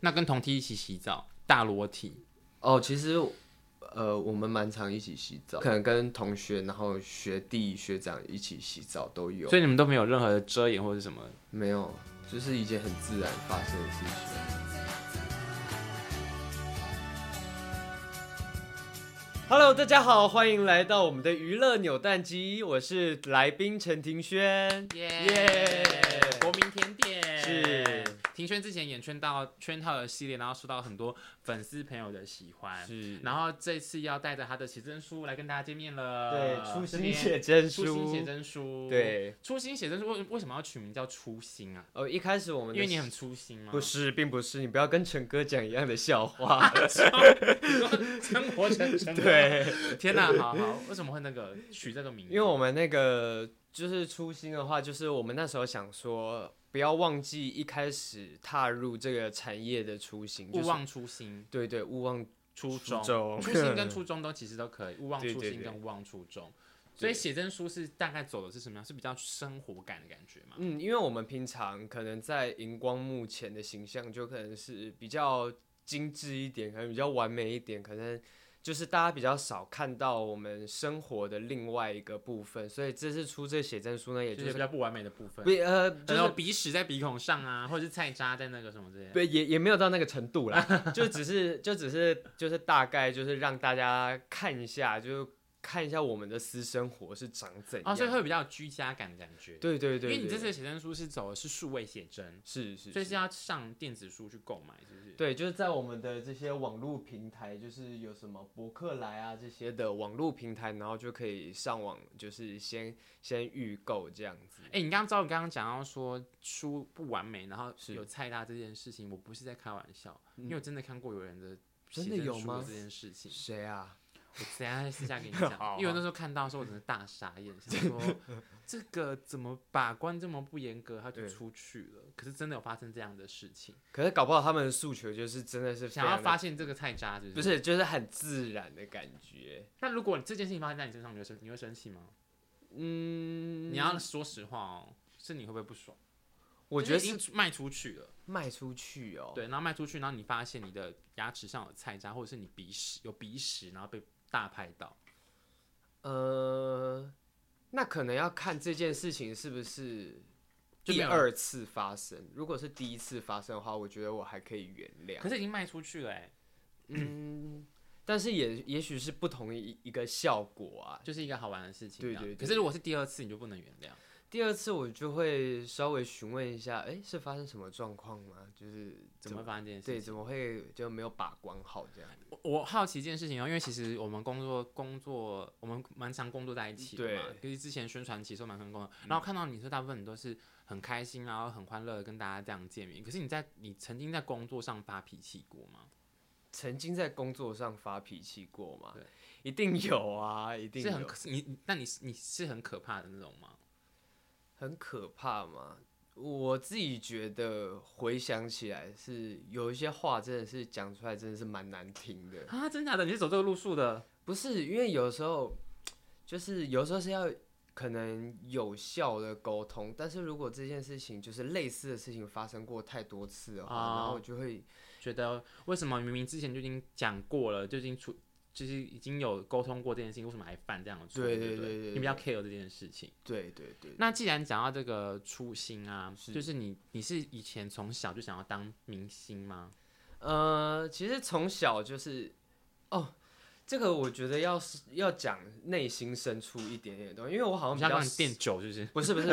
那跟同梯一起洗澡，大裸体，哦，其实呃，我们蛮常一起洗澡，可能跟同学、然后学弟、学长一起洗澡都有。所以你们都没有任何的遮掩或者什么。没有，就是一件很自然发生的事情。 Hello，大家好，欢迎来到我们的娱乐扭蛋机，我是来宾陈庭轩。耶、耶国民甜点是庭轩之前演圈到圈套的系列，然后受到很多粉丝朋友的喜欢，是然后这次要带着他的写真书来跟大家见面了。对，初这心边写真呃初书，心写真书，，对，初心写真书为为什么要取名叫初心啊？哦，一开始我们因的为你很粗心吗？不，是，并不是，你不要跟陈哥讲一样的笑 话。生活 成成对，天哪，好好，为什么会那个取这个名字？因为我们那个就是初心的话，就是我们那时候想说，不要忘记一开始踏入这个产业的初心，就勿是忘初心，对对，勿忘初初衷， 衷初心跟初衷都其实都可以，勿忘对初对心对跟勿忘初衷。所以写真书是大概走的是什么样？是比较生活感的感觉嘛？嗯，因为我们平常可能在荧光幕前的形象就可能是比较精致一点，可能比较完美一点，可能就是大家比较少看到我们生活的另外一个部分，所以这次出这写真书呢，也就就比是是较不完美的部分不，呃，就然后是鼻屎在鼻孔上啊，或者是菜渣在那个什么之类的。不也也没有到那个程度 啦，就只是就只是就是大概就是让大家看一下，就看一下我们的私生活是长怎样。啊，所以会比较有居家感的感觉。对对对因为你这次对的写真书是走的是数位写真，是是所以是要上电子书去购买，是不是？对，就是在我们的这些网络平台，就是有什么博客来啊这些的网络平台，然后就可以上网，就是先先预购这样子。哎、你刚刚知道你刚刚讲到说书不完美，然后是嗯有菜单这件事情，我不是在开玩笑，因为我真的看过有人的真写的真有书吗这件事情，谁啊？我等一下再私下给你 好啊讲，因为我那时候看到的时候我真的大傻眼，想 说这个怎么把关这么不严格，他就对出去了。可是真的有发生这样的事情，可是搞不好他们的诉求就是真的是非想要常的发现这个菜渣，是不不是？是就是很自然的感觉。那如果这件事情发生在你身上，你会生你会生气吗？嗯，你要说实话哦，是你会不会不爽？我就觉得已是经卖出去了。卖出去哦。对，然后卖出去，然后你发现你的牙齿上有菜渣，或者是你鼻屎有鼻屎，然后被大拍到。呃，那可能要看这件事情是不是就第没有二次发生。如果是第一次发生的话，我觉得我还可以原可谅。是已经卖出去了、欸，嗯，但是也也许是不同一一个效果啊。就是一个好玩的事情这对样。对可对是如果是第二次，你就不能原谅。第二次我就会稍微询问一下，哎、是发生什么状况吗？就是怎么会发生这件事对，情？怎么会就没有把关好这样？我我好奇一件事情哦，因为其实我们工作工作，我们蛮常工作在一起的嘛对，嗯可是之前宣传期的时候蛮成功的，然后看到你说大部分你都是很开心，然后很欢乐地跟大家这样见面。可是你在你曾经在工作上发脾气过吗？曾经在工作上发脾气过吗对？一定有啊，一定是有。很可你那你你是很可怕的那种吗？很可怕嘛。我自己觉得回想起来是有一些话真的是讲出来真的是蛮难听的，啊，真假的？你是走这个路数的？不是因为有时候就是有时候是要可能有效的沟通，但是如果这件事情就是类似的事情发生过太多次的话，哦然后我就会觉得为什么明明之前就已经讲过了，就已经出，就是已经有沟通过这件事情，为什么还犯这样的错误？对对对不对对你比较 care 这件事情。对对对，那既然讲到这个初心啊，是就是你你是以前从小就想要当明星吗？呃，其实从小就是，哦，这个我觉得要是要讲内心深处一点点的东西，因为我好像你哦比想较帮你垫酒是不是？不是不是，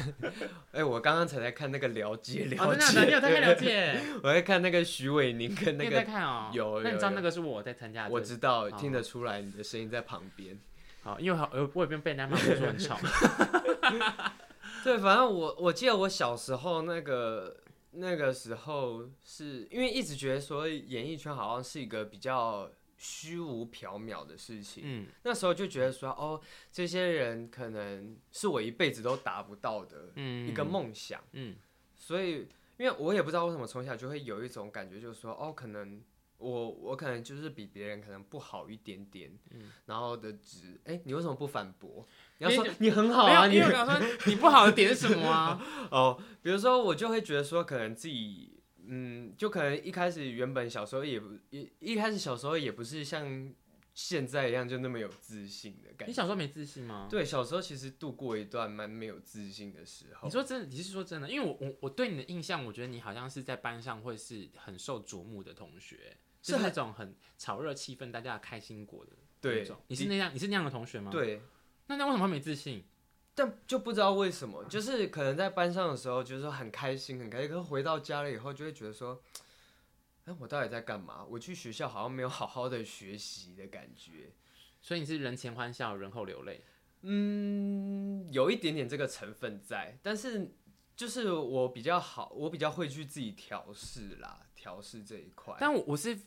哎、我刚刚才在看那个了解了哦，真的假解，的，你有在看了解？我在看那个徐伟宁跟你 那有在个，看哦？有那你有知道有那个是我在参加的？我知道哦听得出来你的声音在旁边。好，因为好呃我也被人家骂我说很 吵。对，反正我我记得我小时候那个那个时候是因为一直觉得说演艺圈好像是一个比较虚无缥缈的事情，嗯，那时候就觉得说哦，这些人可能是我一辈子都达不到的嗯一个梦想。嗯，所以因为我也不知道为什么从小就会有一种感觉，就是说哦，可能我我可能就是比别人可能不好一点点，然后的值，哎、你为什么不反驳？你要说你很好啊，嗯没你有，因为我想说你不好的点是什么啊？哦，比如说我就会觉得说，可能自己嗯，就可能一开始原本小时候也不一一开始小时候也不是像现在一样就那么有自信的 感觉。你小时候没自信吗？对小时候其实度过一段蛮没有自信的时候。你说真的，你是说真的？因为我我我对你的印象，我觉得你好像是在班上会是很受瞩目的同学，是就是那很种很炒热气氛、大家开心果的那对种。你是那样，你是那样的同学吗？。对，那那为什么会没自信？但就不知道为什么，就是可能在班上的时候就是很开心很开心，可是回到家了以后就会觉得说，哎，我到底在干嘛？我去学校好像没有好好的学习的感觉。所以你是人前欢笑，人后流泪。嗯，有一点点这个成分在，但是就是我比较好，我比较会去自己调试啦，调试这一块。但我我是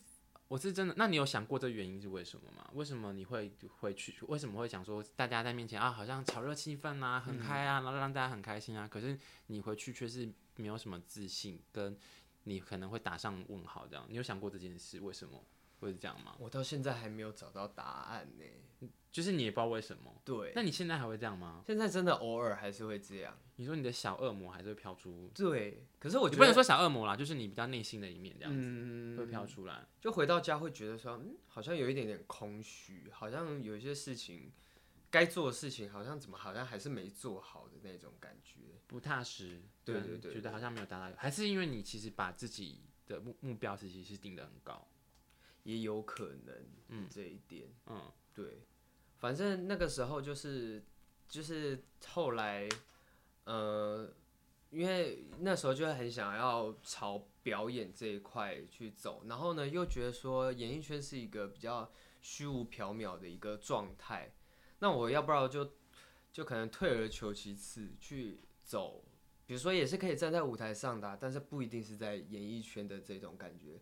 我是真的，那你有想过这原因是为什么吗？为什么你会会去？为什么会想说大家在面前啊，好像炒热气氛啊，嗯很嗨啊，然后让大家很开心啊？可是你回去却是没有什么自信，跟你可能会打上问号这样。你有想过这件事为什么会是这样吗？我到现在还没有找到答案呢、就是你也不知道为什么。对，那你现在还会这样吗？现在真的偶尔还是会这样。你说你的小恶魔还是会飘出？对，可是我你觉不能得，说小恶魔啦，就是你比较内心的一面这样子、嗯，会飘出来。就回到家会觉得说，嗯，好像有一点点空虚，好像有一些事情该做的事情，好像怎么好像还是没做好的那种感觉。不踏实，对跟对对觉得对好像没有达到，还是因为你其实把自己的目目标其实是定得很高，也有可能，嗯，这一点，嗯，对，反正那个时候就是就是后来，呃，因为那时候就很想要朝表演这一块去走，然后呢又觉得说演艺圈是一个比较虚无缥缈的一个状态，那我要不然就就可能退而求其次去走。比如说，也是可以站在舞台上的啊、但是不一定是在演艺圈的这种感觉。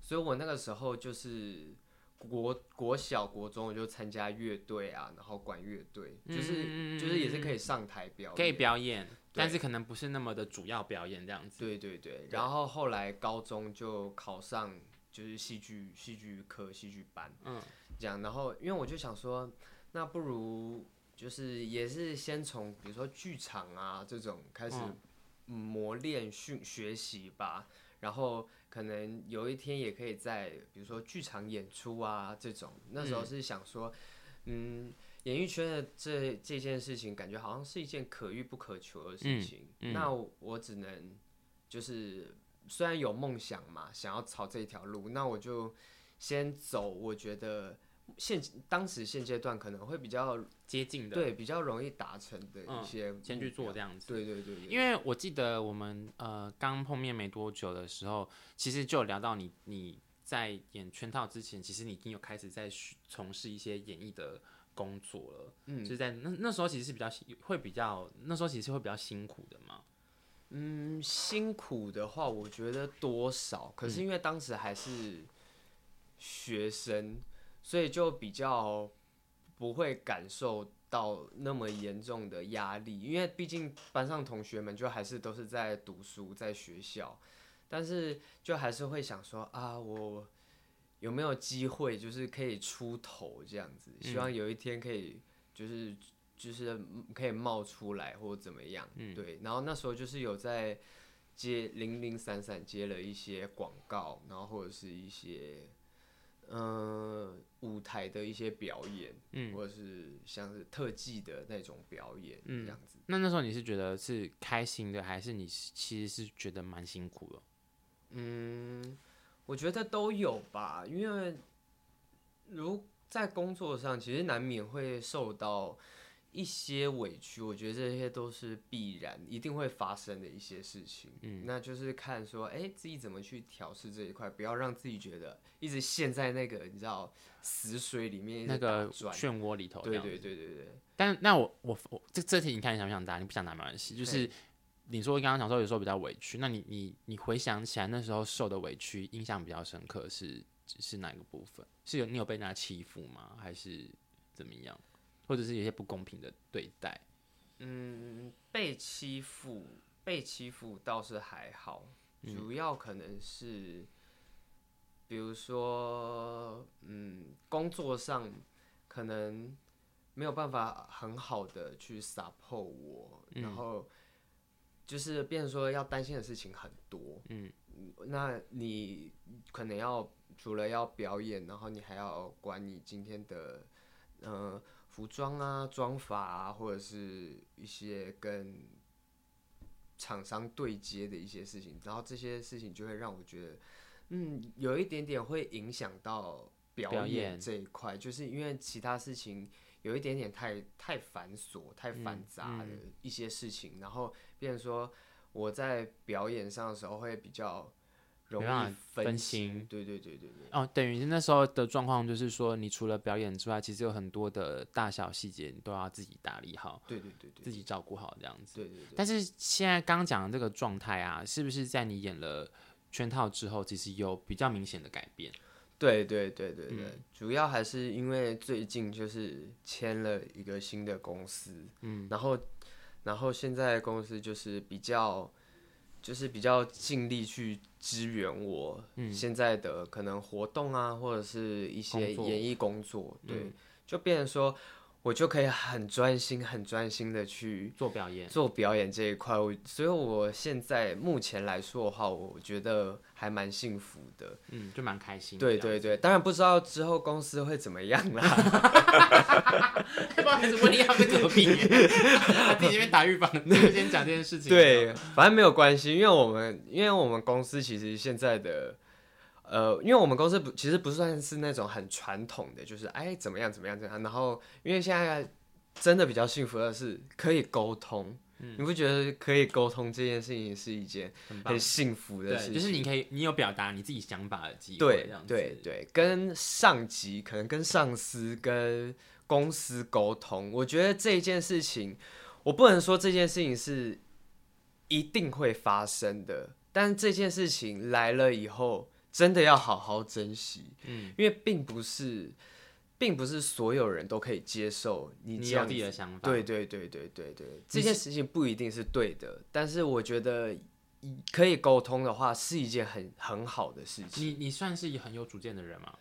所以我那个时候就是国国小、国中，我就参加乐队啊，然后管乐队，就是、嗯就是也是可以上台表演，可以表演，但是可能不是那么的主要表演这样子。对对对，然后后来高中就考上就是戏剧戏剧科戏剧班，嗯，这样，然后因为我就想说，那不如就是也是先从比如说剧场啊这种开始嗯嗯磨练训学习吧，然后可能有一天也可以在比如说剧场演出啊这种，那时候是想说，嗯。演艺圈的这这件事情，感觉好像是一件可遇不可求的嗯事情。嗯那我我只能就是虽然有梦想嘛，想要朝这一条路，那我就先走。我觉得现当时现阶段可能会比较接近的，对比较容易达成的嗯一些、先去做。这样子。对对对对，因为我记得我们呃刚碰面没多久的时候，其实就有聊到你你在演圈套之前，其实你已经有开始在学从事一些演艺的工作了，嗯，就是在那那时候其实是比较辛会比较那时候其实会比较辛苦的嘛，嗯辛苦的话，我觉得多少，可是因为当时还是学生，所以就比较不会感受到那么严重的压力，因为毕竟班上同学们就还是都是在读书，在学校，但是就还是会想说啊，我有没有机会就是可以出头这样子，希望有一天可以就是就是可以冒出来或者怎么样，对。然后那时候就是有在接零零散散接了一些广告，然后或者是一些嗯、呃舞台的一些表演，嗯，或者是像是特技的那种表演，这样子。那那时候你是觉得是开心的，还是你是其实是觉得蛮辛苦的？嗯，我觉得都有吧，因为如在工作上，其实难免会受到一些委屈，我觉得这些都是必然，一定会发生的一些事情。嗯，那就是看说，哎、自己怎么去调试这一块，不要让自己觉得一直陷在那个你知道死水里面一直那个打转。漩涡里头这对样子，对对对对，但那我我我这这题你看你想不想答？你不想答没关系。就是你说刚刚讲说有时候比较委屈，那你你你回想起来那时候受的委屈，印象比较深刻是是哪个部分？是有你有被人家欺负吗？还是怎么样？或者是有些不公平的对待？嗯，被欺负，被欺负倒是还好，主要可能是，比如说，嗯，工作上可能没有办法很好的去 support 我，然后就是变成说要担心的事情很多，嗯，那你可能要除了要表演，然后你还要管你今天的呃服装啊、妆法啊，或者是一些跟厂商对接的一些事情，然后这些事情就会让我觉得，嗯，有一点点会影响到表表演演这一块，就是因为其他事情有一点点太太繁琐、太繁杂的一些事情，然后变成说我在表演上的时候会比较容没办易法分心心，对对对对对。哦，等于那时候的状况就是说，你除了表演之外，其实有很多的大小细节你都要自己打理好，对对对对，自己照顾好这样子。对对对，但是现在刚讲的这个状态啊，是不是在你演了圈套之后，其实有比较明显的改变？对对对对对，嗯主要还是因为最近就是签了一个新的公司，嗯，然后然后现在公司就是比较就是比较尽力去支援我嗯现在的可能活动啊，或者是一工些作嗯演艺工作，对，就变成说我就可以很专心、很专心的去做表演，做表演这一块，我所以我现在目前来说的话，我觉得还蛮幸福的。嗯，就蛮开心的这对样。对对，当然不知道之后公司会怎么样啦。 不好意思，我也要被隔壁， 他自己这边打预防针，先讲这件事情。对，反正没有关系，因为我们因为我们公司其实现在的。呃，因为我们公司不其实不算是那种很传统的，就是哎怎么样怎么样怎么样。然后因为现在真的比较幸福的是可以沟通，你不觉得可以沟通这件事情是一件嗯很棒很。幸福的事对，情？就是你可以，你有表达你自己想法的机会，对这样子对对，跟上级可能跟上司跟公司沟通，我觉得这一件事情，我不能说这件事情是一定会发生的，但这件事情来了以后，真的要好好珍惜，嗯，因为并不是，并不是所有人都可以接受你你这有样自己子的想法，对对对对对对，这件事情不一定是对的，但是我觉得以可以沟通的话，是一件很很好的事情。你你算是很有主见的人嘛？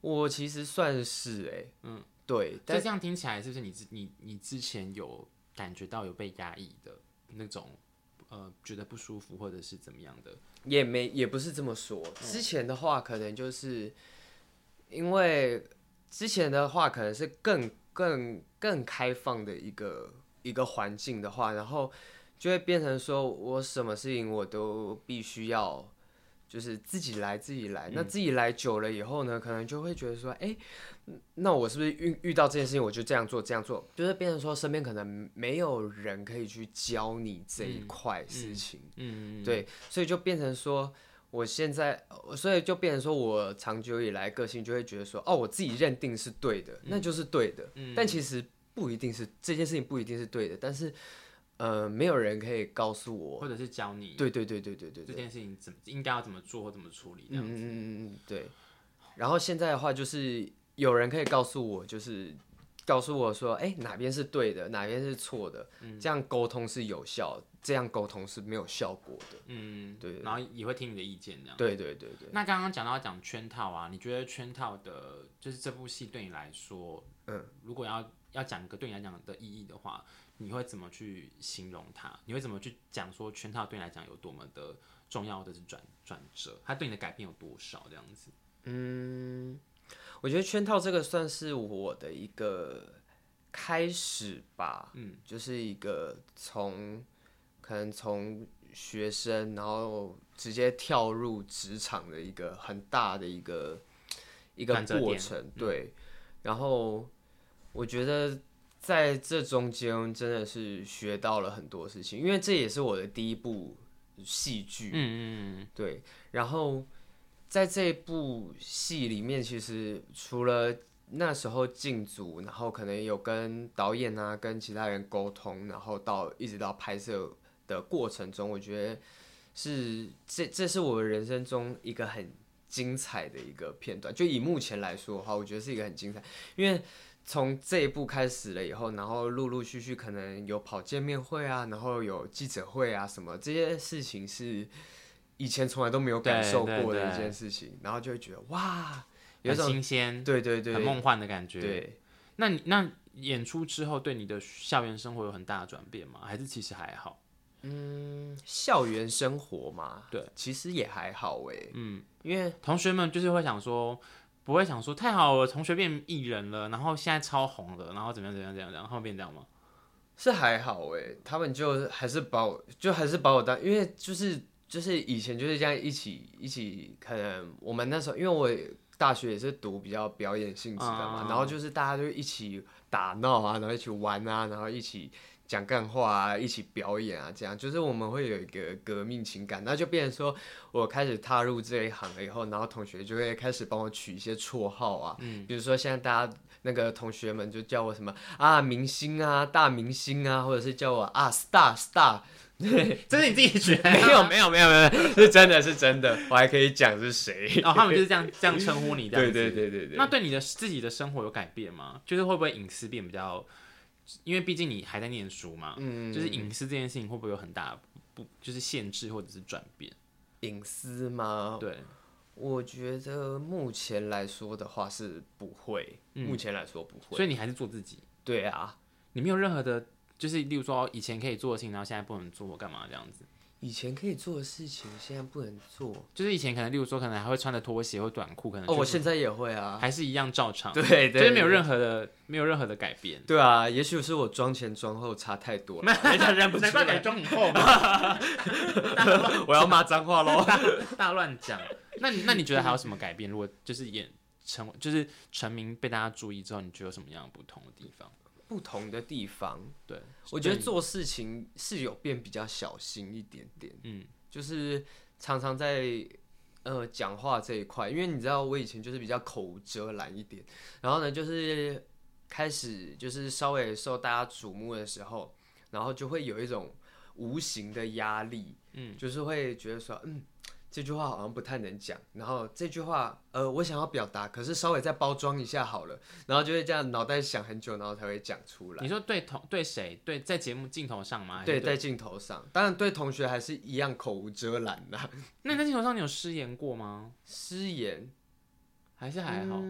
我其实算是哎、嗯，对，但但这样听起来，是不是你之你你之前有感觉到有被压抑的那种，呃，觉得不舒服或者是怎么样的？也没也不是这么说。之前的话，可能就是因为之前的话，可能是更更更开放的一个一个环境的话，然后就会变成说我什么事情我都必须要。就是自己来，自己来。那自己来久了以后呢，可能就会觉得说，哎、嗯那我是不是遇遇到这件事情，我就这样做，这样做，就是变成说身边可能没有人可以去教你这一块事情。嗯，对，所以就变成说，我现在，呃所以就变成说我长久以来个性就会觉得说，哦，我自己认定是对的，嗯那就是对的，但其实不一定是这件事情不一定是对的，但是，呃，没有人可以告诉我，或者是教你对对对对对对这对，件事情怎么应该要怎么做或怎么处理这嗯样嗯子。嗯嗯嗯，对。然后现在的话，就是有人可以告诉我，就是告诉我说，哎、哪边是对的，哪边是错的，嗯这样沟通是有效的，这样沟通是没有效果的，嗯，对然后也会听你的意见这样。对对对对。那刚刚讲到讲圈套啊，你觉得圈套的，就是这部戏对你来说，嗯，如果要要讲一个对你来讲的意义的话，你会怎么去形容它？你会怎么去讲说圈套对你来讲有多么的重要的是转转折？它对你的改变有多少？这样子，嗯我觉得圈套这个算是我的一个开始吧，嗯，就是一个从可能从学生，然后直接跳入职场的一个很大的一个一个转折点嗯过程，对。然后我觉得在这中间真的是学到了很多事情，因为这也是我的第一部戏剧，嗯嗯对，然后在这部戏里面，其实除了那时候进组，然后可能有跟导演啊、跟其他人沟通，然后到一直到拍摄的过程中，我觉得是这这是我人生中一个很精彩的一个片段。就以目前来说的话，我觉得是一个很精彩，因为。从这一步开始了以后，然后陆陆续续可能有跑见面会啊，然后有记者会啊，什么这些事情是以前从来都没有感对受对过的对一件事情，然后就会觉得哇，嗯，有很一种新鲜，对对对很梦幻的感觉。，对，那你那演出之后对你的校园生活有很大的转变吗？还是其实还好？校园生活嘛，对，其实也还好哎、嗯，因为同学们就是会想说，不会想说太好了，同学变艺人了，然后现在超红了，然后怎么样怎么样怎么样，然后变这样吗？是还好哎、他们就还是把我，就还是把我当，因为就是就是以前就是这样一起一起，可能我们那时候因为我大学也是读比较表演性质的嘛，嗯然后就是大家就一起打闹啊，然后一起玩啊，然后一起讲干话啊，一起表演啊，这样就是我们会有一个革命情感，那就变成说我开始踏入这一行了以后，然后同学就会开始帮我取一些绰号啊，嗯比如说现在大家那个同学们就叫我什么啊明星啊大明星啊，或者是叫我啊 star star， 这是你自己选的 没有没有没有没有，是真的是真的，我还可以讲是谁， 哦，他们就是这样这样称呼你这样对子。对对对对，那对你的自己的生活有改变吗？就是会不会隐私变比较？因为毕竟你还在念书嘛，嗯就是隐私这件事情会不会有很大的不就是限制或者是转变？隐私吗？对，我觉得目前来说的话是不会，嗯目前来说不会，所以你还是做自己，对啊，你没有任何的，就是例如说以前可以做的事情，然后现在不能做，我干嘛这样子？以前可以做的事情现在不能做，就是以前可能例如说可能还会穿着拖鞋或短裤，可能哦，我就是现在也会啊，还是一样照常，对对对，就是没有任何的没有任何的改 变。对啊，也许是我妆前妆后差太多了。人家认不出来，难怪你妆很厚嘛，我要骂脏话喽！大乱讲。 那你那你觉得还有什么改变？如果就是演成为就是成名被大家注意之后，你觉得有什么样的不同的地方？ 不同的地方，对，我觉得对做事情是有变比较小心一点点，嗯就是常常在呃讲话这一块，因为你知道我以前就是比较口无遮拦一点，然后呢就是开始就是稍微受大家瞩目的时候，然后就会有一种无形的压力，嗯就是会觉得说嗯。这句话好像不太能讲，然后这句话，呃，我想要表达，可是稍微再包装一下好了，然后就会这样脑袋想很久，然后才会讲出来。你说对同对谁对在节目镜头上吗？还是对，啊在镜头上，当然对同学还是一样口无遮拦呐、 那你在镜头上你有失言过吗？失言，还是还好？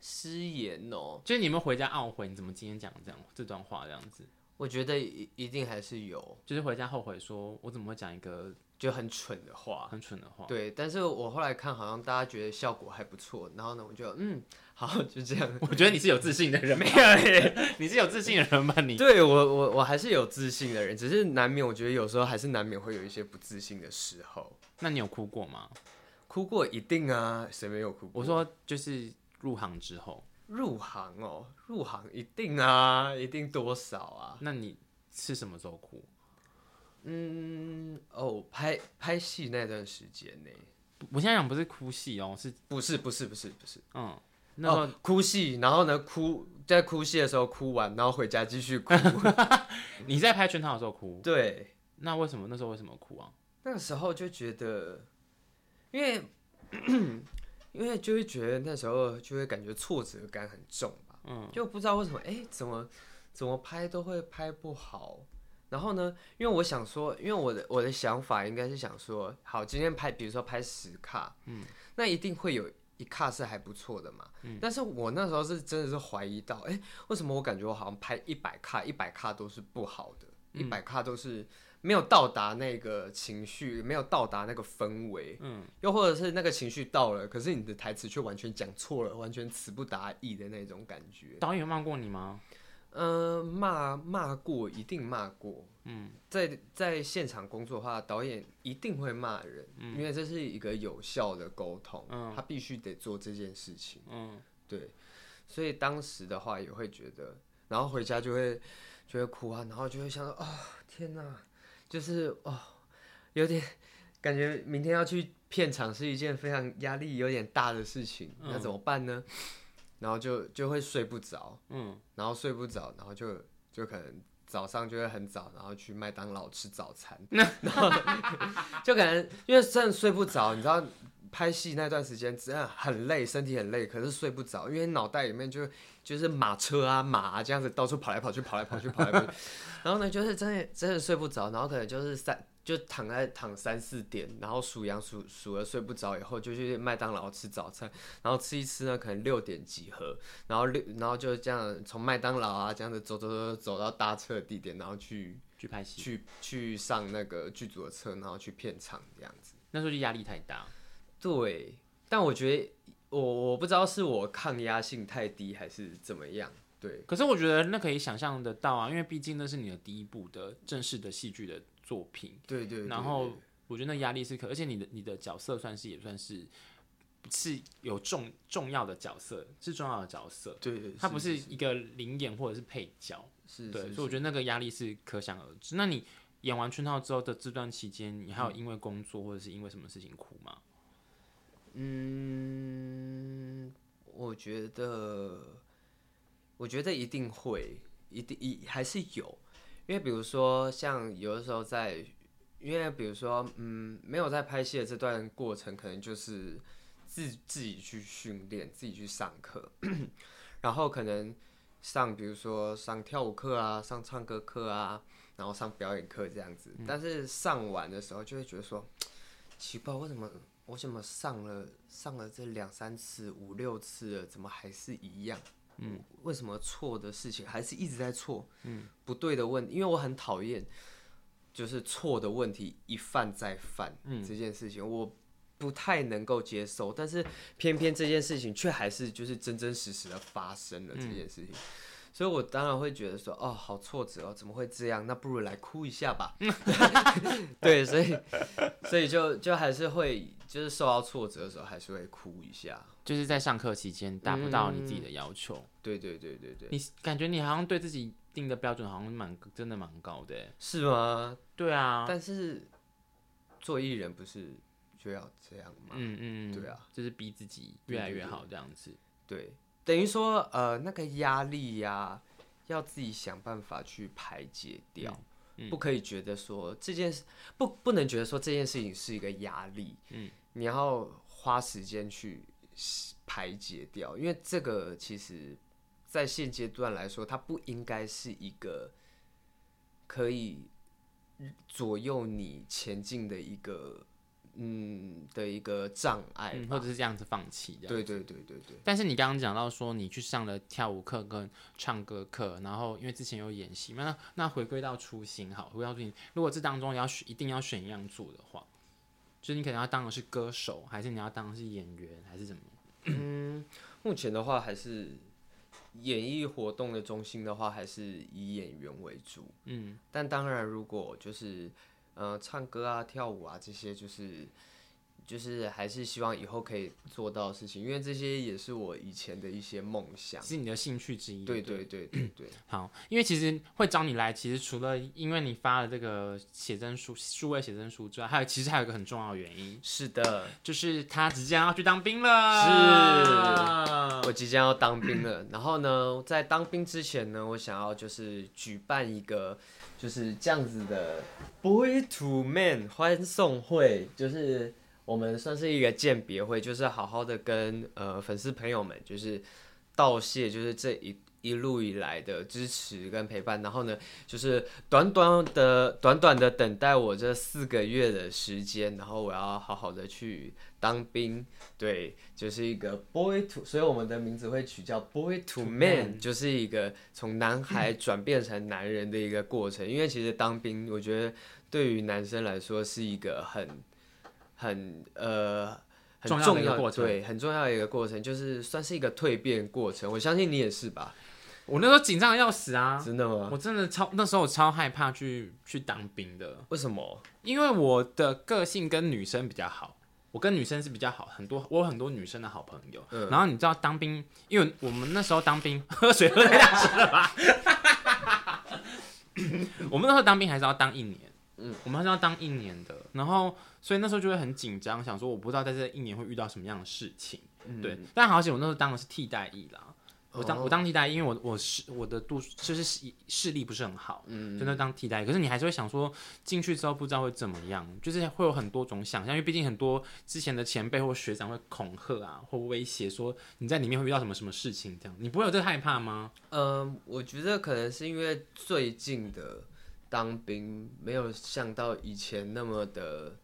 失言哦，就是你们回家懊悔，你怎么今天讲这样这段话这样子？我觉得一一定还是有，就是回家后悔说，我怎么会讲一个就很蠢的话。很蠢的话？对，但是我后来看，好像大家觉得效果还不错，然后呢，我就嗯，好，就这样。 我觉得你是有自信的 人，没有？你是有自信的人吧？你对我，我我还是有自信的人，只是难免，我觉得有时候还是难免会有一些不自信的时候。那你有哭过吗？哭过一定啊，谁没有哭过？我说就是入行之后，入行哦，入行一定啊，一定多少啊？那你是什么时候哭？嗯，哦，拍拍戏那段时间呢，我现在讲不是哭戏哦，是不是不是不是不是，嗯，那时候、哦、哭戏，然后呢哭，在哭戏的时候哭完，然后回家继 续哭。你在拍全套的时候哭，对，那为什么那时候为什么哭啊？那个时候就觉得，因为 因为就会觉得那时候就会感觉挫折感很重吧，嗯，就不知道为什么，哎、怎么怎么拍都会拍不好。然后呢，因为我想说，因为我的我的想法应该是想说，好，今天拍，比如说拍十卡，嗯，那一定会有一卡是还不错的嘛，嗯。但是我那时候是真的是怀疑到，哎、为什么我感觉我好像拍一百卡，一百卡都是不好的，一百卡都是没有到达那个情绪，没有到达那个氛围，嗯，又或者是那个情绪到了，可是你的台词却完全讲错了，完全词不达意的那种感觉。导演有骂过你吗？嗯，骂骂过，一定骂过。嗯，在在现场工作的话，导演一定会骂人，因为这是一个有效的沟通，嗯他必须得做这件事情。嗯，对，所以当时的话也会觉得，然后回家就会就会哭啊，然后就会想说，哦，天哪，就是哦，有点感觉明天要去片场是一件非常压力有点大的事情，那怎么办呢？然后就就会睡不着，嗯，然后睡不着，然后就就可能早上就会很早，然后去麦当劳吃早餐，然后就可能因为真的睡不着，你知道拍戏那段时间真的很累，身体很累，可是睡不着，因为脑袋里面就就是马车啊马啊这样子到处跑来跑去，跑来跑去，跑来跑去，然后呢就是真的真的睡不着，然后可能就是三。就躺在躺三四点，然后数羊数数了睡不着，以后就去麦当劳吃早餐，然后吃一吃呢，可能六点集合，然后六，然后就这样从麦当劳啊这样子走走走走到搭车的地点，然后去去拍戏，去去上那个剧组的车，然后去片场这样子。那时候就压力太大。对，但我觉得我我不知道是我抗压性太低还是怎么样。对，可是我觉得那可以想象得到啊，因为毕竟那是你的第一部的正式的戏剧的作品，对对然后我觉得那压力是可，而且你的你的角色算是也算是是有重重要的角色，是重要的角色，对对，它不是一个零演或者是配角，是，对，是所以我觉得那个压力是可想而知。那你演完圈套之后的这段期间，你还有因为工作或者是因为什么事情哭吗？嗯，我觉得，我觉得一定会，一定一还是有，因为比如说像有的时候在，因为比如说嗯，没有在拍戏的这段过程，可能就是自自己去训练，自己去上课， 然后可能上比如说上跳舞课啊，上唱歌课啊，然后上表演课这样子，但是上完的时候就会觉得说，奇怪，为什么？我怎么上了上了这两三次、五六次了，怎么还是一样？嗯，为什么错的事情还是一直在错？嗯，不对的问，因为我很讨厌，就是错的问题一犯再犯，嗯，这件事情我不太能够接受，但是偏偏这件事情却还是就是真真实实的发生了这件事情。所以我当然会觉得说，哦，好挫折哦，怎么会这样？那不如来哭一下吧。 对，所以，所以就就还是会，就是受到挫折的时候，还是会哭一下。就是在上课期间达不到你自己嗯的要求，对对对对对，你感觉你好像对自己定的标准好像蛮真的蛮高的欸。是吗？对啊，但是做艺人不是就要这样吗？嗯嗯，对啊，就是逼自己越来越好这样子。对，等于说呃那个压力呀、要自己想办法去排解掉，嗯不可以觉得说这件事不不能觉得说这件事情是一个压力，嗯，你要花时间去排解掉，因为这个其实在现阶段来说，它不应该是一个可以左右你前进的一个。嗯的一个障碍嗯，吧，或者是这样子放弃的。对对对对对，但是你刚刚讲到说你去上了跳舞课跟唱歌课，然后因为之前有演戏嘛，那那回归到初心好，回归到初心，如果这当中要选一定要选一样做的话，就是你可能要当的是歌手，还是你要当的是演员，还是怎么？目前的话，还是演艺活动的中心的话，还是以演员为主。嗯，但当然，如果就是呃唱歌啊、跳舞啊这些，就是就是还是希望以后可以做到的事情，因为这些也是我以前的一些梦想。是你的兴趣之一。对对对对对，好，因为其实会找你来，其实除了因为你发了这个写真书、数位写真书之外，还有其实还有一个很重要的原因，是的，就是他即将要去当兵了。我即将要当兵了。然后呢，在当兵之前呢，我想要就是举办一个就是这样子的 boy to man 欢送会，就是我们算是一个鉴别会，就是好好的跟呃粉丝朋友们就是道谢，就是这一。一路以来的支持跟陪伴，然后呢，就是短短的、短短的等待我这四个月的时间，然后我要好好的去当兵，对，就是一个 boy to，所以我们的名字会取叫 boy to man，就是一个从男孩转变成男人的一个过程。因为其实当兵，我觉得对于男生来说是一个很、很呃。很重要重的一个要过程对，很重要的一个过程，就是算是一个蜕变过程。我相信你也是吧？我那时候紧张的要死啊！真的吗？我真的超那时候我超害怕去去当兵的，为什么？因为我的个性跟女生比较好，我跟女生是比较好，很多我有很多女生的好朋友。然后你知道当兵，因为我们那时候当兵喝水喝太大声了吧？ 我们那时候当兵还是要当一年，嗯，我们还是要当一年的。然后所以那时候就会很紧张，想说我不知道在这一年会遇到什么样的事情。对，但好险我那时候当的是替代役啦。我当我当替代役，因为我我视我的度就是视视力不是很好，嗯，就那当替代役。可是你还是会想说，进去之后不知道会怎么样，就是会有很多种想象，因为毕竟很多之前的前辈或学长会恐吓啊，或威胁说你在里面会遇到什么什么事情，这样你不会有这个害怕吗？嗯，我觉得可能是因为最近的当兵没有像到以前那么的，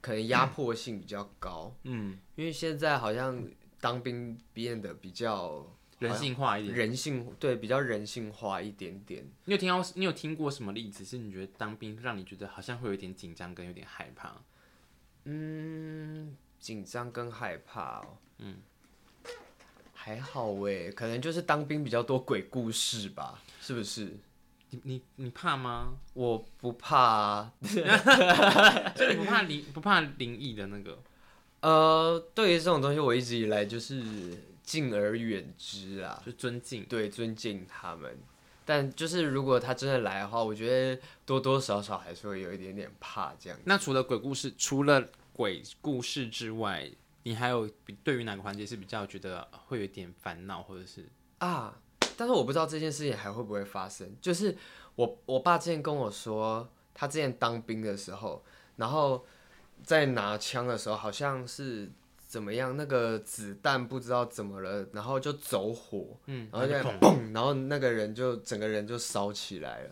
可能压迫性比较高。嗯，因为现在好像当兵变得比较人性化一点。人性对比较人性化一点点。你有听到你有听过什么例子是你觉得当兵让你觉得好像会有点紧张跟有点害怕？嗯，紧张跟害怕哦。嗯，还好喂，可能就是当兵比较多鬼故事吧，是不是？你你你怕吗？我不怕、啊，所以你不怕 灵不怕灵异的那个？呃，对于这种东西，我一直以来就是敬而远之啊。就尊敬。对，尊敬他们。但就是如果他真的来的话，我觉得多多少少还是会有一点点怕这样。那除了鬼故事，除了鬼故事之外，你还有比对于哪个环节是比较觉得会有点烦恼，或者是啊，但是我不知道这件事情还会不会发生。就是我我爸之前跟我说，他之前当兵的时候，然后在拿枪的时候，好像是怎么样，那个子弹不知道怎么了，然后就走火，嗯，然后就那个恐嘣，然后那个人就整个人就烧起来了。嗯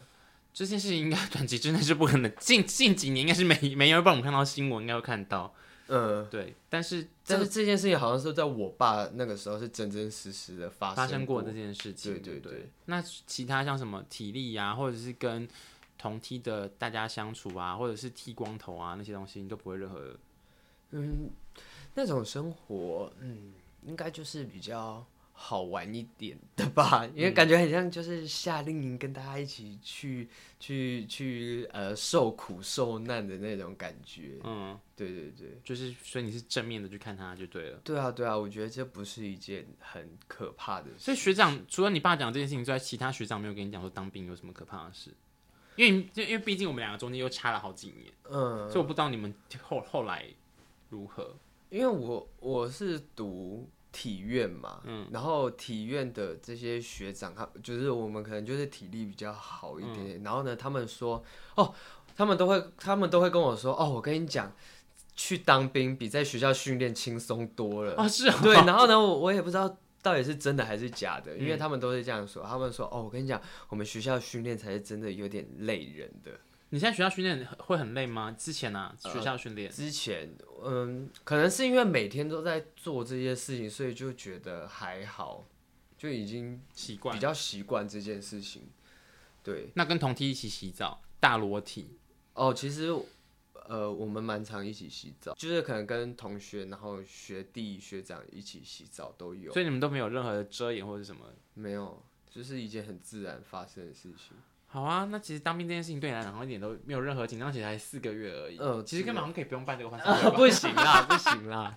这件事情应该短期之内是不可能，近 近几年应该是没没有，不然我们看到新闻应该会看到。嗯，对，但是但这是这件事情好像是在我爸那个时候是真真实实的发发生生过这件事情，对对不对。那其他像什么体力呀、或者是跟同梯的大家相处啊，或者是剃光头啊那些东西，你都不会任何嗯，那种生活，嗯，应该就是比较好玩一点的吧，因嗯为感觉很像就是夏令营，跟大家一起去去去呃受苦受难的那种感觉。嗯，对对对，就是所以你是正面的去看他就对了。对啊对啊，我觉得这不是一件很可怕的事。所以学长除了你爸讲这件事情之外，其他学长没有跟你讲说当兵有什么可怕的事，因为你因为毕竟我们两个中间又差了好几年，嗯，所以我不知道你们后后来如何。因为我我是读体院嘛，嗯，然后体院的这些学长，他就是我们可能就是体力比较好一点点，然后呢，他们说，哦，他们都会，他们都会跟我说，哦，我跟你讲，去当兵比在学校训练轻松多了，啊，是啊，对，然后呢，我我也不知道到底是真的还是假的，因为他们都是这样说，他们说，哦，我跟你讲，我们学校训练才是真的有点累人的，你现在学校训练会很累吗？之前啊，学校训练，之前，嗯，可能是因为每天都在做这些事情，所以就觉得还好，就已经习惯比较习惯这件事情。对，那跟同梯一起洗澡，大裸体，哦，其实，呃，我们蛮常一起洗澡，就是可能跟同学，然后学弟学长一起洗澡都有，所以你们都没有任何的遮掩或者什么。没有，就是一件很自然发生的事情。好啊，那其实当兵这件事情对你来讲好像一点都没有任何紧张，起来四个月而已。嗯其实是根本好啊像可以不用办这个欢送 啊，会吧， 不行 啦，不行啦，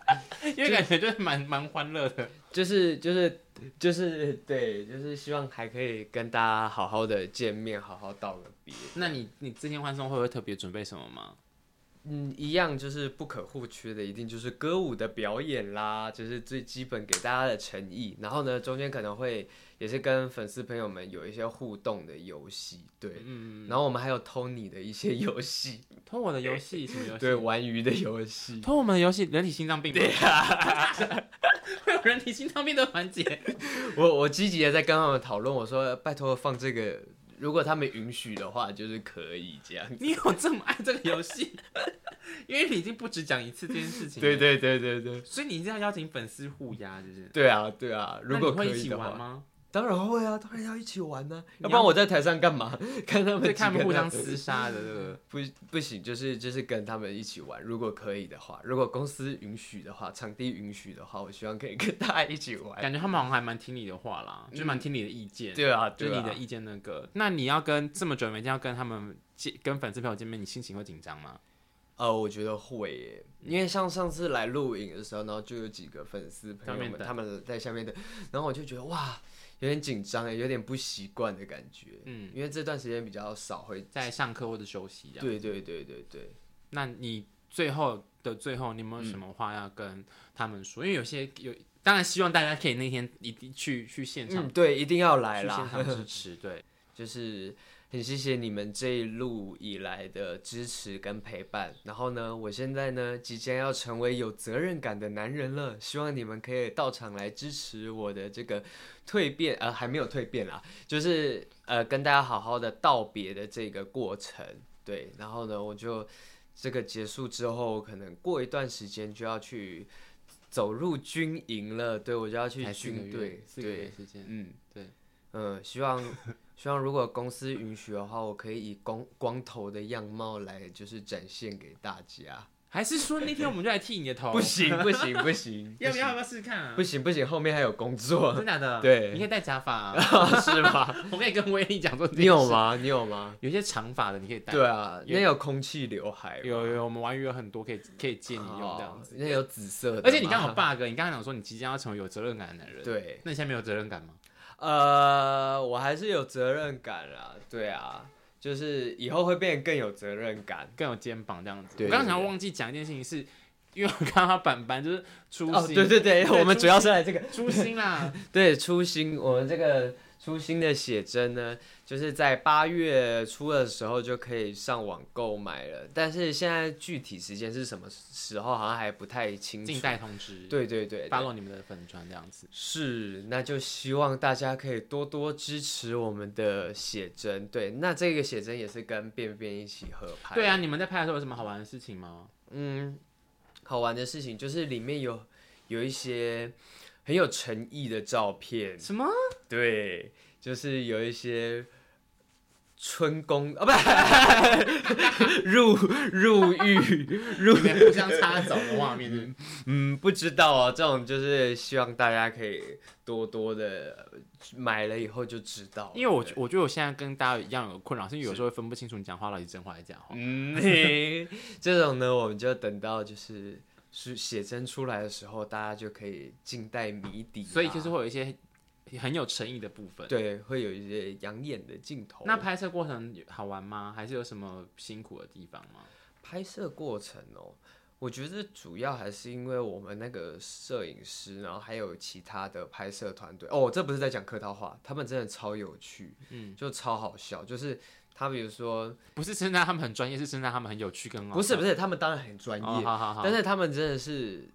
因为感觉就是蛮蛮欢乐的。就是就是就是对，就是希望还可以跟大家好好的见面，好好道个别。那你你之前欢送会不会特别准备什么吗？嗯，一样就是不可或缺的，一定就是歌舞的表演啦，就是最基本给大家的诚意。然后呢，中间可能会也是跟粉丝朋友们有一些互动的游戏，对。嗯，然后我们还有偷你的一些游戏， 偷我的游戏什么游戏？对，玩鱼的游 戏。偷我们的游戏，人体心脏病。对啊呀、会有 人体心脏病的环节。我我积极的在跟他们讨论，我说拜托放这个，如果他们允许的话，就是可以这样。你有这么爱这 个游戏？因为你已经不止讲一次这件事情。对。对对对对，所以你一定要邀请粉丝互压，就是。对啊对啊，如果那可你会一以起的玩话， 吗？当然会啊，当然要一起玩呢、你要 要不然我在台上干嘛？ 看他们对，看他几们个互人相厮杀的这个。不不行，就是就是跟他们一起玩，如果可以的话，如果公司允许的话，场地允许的话，我希望可以跟大家一起玩。感觉他们好像还蛮听你的话啦，就是蛮听你的意见，嗯 对啊，就对是啊，你的意见那个。那你要跟这么准每天要跟他们见，跟粉丝朋友见面，你心情会紧张吗？呃，我觉得会耶，因为像上次来录影的时候，然后就有几个粉丝朋友上面们等他们在下面的，然后我就觉得哇，有点紧张耶，有点不习惯的感觉，嗯，因为这段时间比较少会。在上课或者休息这样。对对对对对，那你最后的最后，你有没有什么话要跟他们说？因为有些有，当然希望大家可以那天一定去去现场，嗯，对，一定要来去现啦，场支持。对，就是很谢谢你们这一路以来的支持跟陪伴。然后呢，我现在呢即将要成为有责任感的男人了，希望你们可以到场来支持我的这个蜕变，呃，还没有蜕变啦，就是呃跟大家好好的道别的这个过程。对，然后呢，我就这个结束之后，可能过一段时间就要去走入军营了，对我就要 去才四个军月队，四个月对，时间，嗯，对，嗯，希望希望如果公司允许的话，我可以以光光头的样貌来就是展现给大家。还是说那天我们就来剃你的头？不，行不行不行，要不要要不要试试看啊？不行不行，后面还有工作，真的假的？对你可以戴假发啊、是吗？ 我可以跟威力讲说，你有？吗？你有吗？有一些长发的你可以戴。对啊，有那有空气刘海吗，有有有，我们玩鱼有很多可以可以借你用这样哦子。那有紫色的吗，而且你刚好 bug，你刚刚讲说你即将要成为有责任感的男人，，对，那你现在没有责任感吗？呃，我还是有责任感啦，对啊，就是以后会变得更有责任感。更有肩膀这样子。对我刚刚对想要对忘记讲一件事情是，因为我看到板板就是初心，哦，对对对，对我们初主要是来这个，初心 啦，对初心，我们这个初心的写真呢，就是在八月初的时候就可以上网购买了，但是现在具体时间是什么时候，好像还不太清静楚。待通知，对对对，发对落你们的粉砖这样子。是，那就希望大家可以多多支持我们的写真。对，那这个写真也是跟便便一起合拍。对啊，，你们在拍的时候有什么好玩的事情吗？嗯，好玩的事情就是里面有有一些很有诚意的照片，什么？对，就是有一些春宫啊，不是 入入狱，你们互相插走的画 面，嗯，不知道哦，这种就是希望大家可以多多的买了以后就知道了，因为我对我觉得我现在跟大家一样有困扰，是因为有时候会分不清楚你讲话到底是真话还是假话。嗯， 嘿这种呢，我们就等到就是是写真出来的时候，大家就可以静待谜底啦，啊所以就是会有一些很有诚意的部分。对，会有一些养眼的镜头。啊那拍摄过程好玩吗？还是有什么辛苦的地方吗？拍摄过程哦，我觉得主要还是因为我们那个摄影师，然后还有其他的拍摄团队。哦，这不是在讲客套话，他们真的超有趣，嗯，就超好笑。就是他比如说，不是称赞他们很专业，是称赞他们很有趣跟很好不是笑不是，他们当然很专业，哦好好好，但是他们真的是。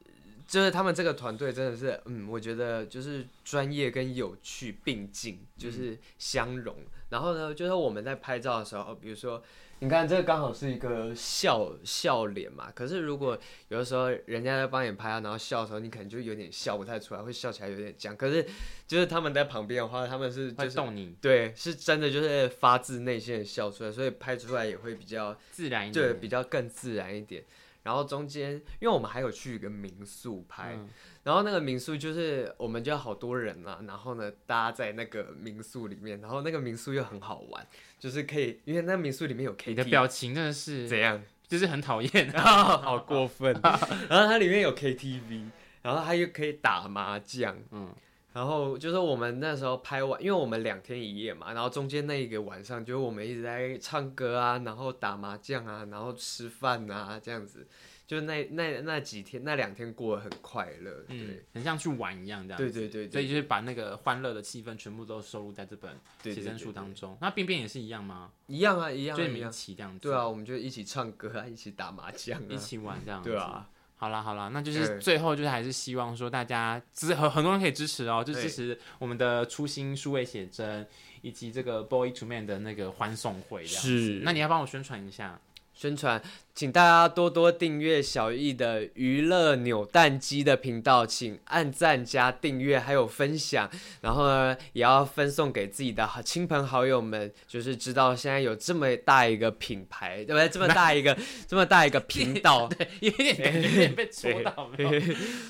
就是他们这个团队真的是，嗯，我觉得就是专业跟有趣并进，就是相融。然后呢，就是我们在拍照的时候，比如说，你看这个刚好是一个笑笑脸嘛，可是如果有的时候人家在帮你拍啊，然后笑的时候，你可能就有点笑不太出来，会笑起来有点僵。可是就是他们在旁边的话，他们是就会是动你，对，是真的就是发自内心的笑出来，所以拍出来也会比较自然一点。对，比较更自然一点。然后中间，因为我们还有去一个民宿拍，嗯然后那个民宿就是我们就好多人啦、然后呢，大家在那个民宿里面，然后那个民宿又很好玩，就是可以，因为那民宿里面有你的 KT，表情真的是怎样？就是很讨厌，好过分。 然后它里面有 KTV，然后它又可以打麻将，嗯嗯。然后就是我们那时候拍完，因为我们两天一夜嘛，然后中间那一个晚上，就是我们一直在唱歌啊，然后打麻将啊，然后吃饭啊，这样子，就那那那几天那两天过得很快乐，对、嗯，很像去玩一样这样。对对对对，所以就是把那个欢乐的气氛全部都收录在这本对对写真对书对当中。那便便也是一样吗？一样啊一样就啊你一们一样，起这样子，对啊，，我们就一起唱歌啊，一起打麻将一啊，起玩这样子。对啊，好啦好啦，那就是对最后就是还是希望说大家支很很多人可以支持哦，就对支持我们的初心数位写真以及这个 Boy to Man 的那个欢送会这样子。是那你要帮我宣传一下，宣传，请大家多多订阅小易的娱乐扭蛋机的频道，请按赞加订阅，还有分享，然后呢，也要分送给自己的好亲朋好友们，就是知道现在有这么大一个品牌，对不 对？这么大一个，这么大一个频 道，对，有点感觉有点被戳到， 没有？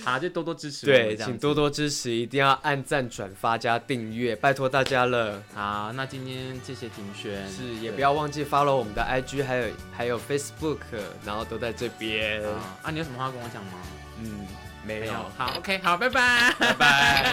好，啊就多多支持我们对，这样请子多多支持，一定要按赞、转发加订阅，拜托大家了。好，啊那今天谢谢庭轩，是，也对不要忘记 follow 我们的 IG，还有还有 Facebook，然后都在这边。啊，啊你有什么话要跟我讲吗？嗯，没有。好，OK，好，拜拜。拜拜。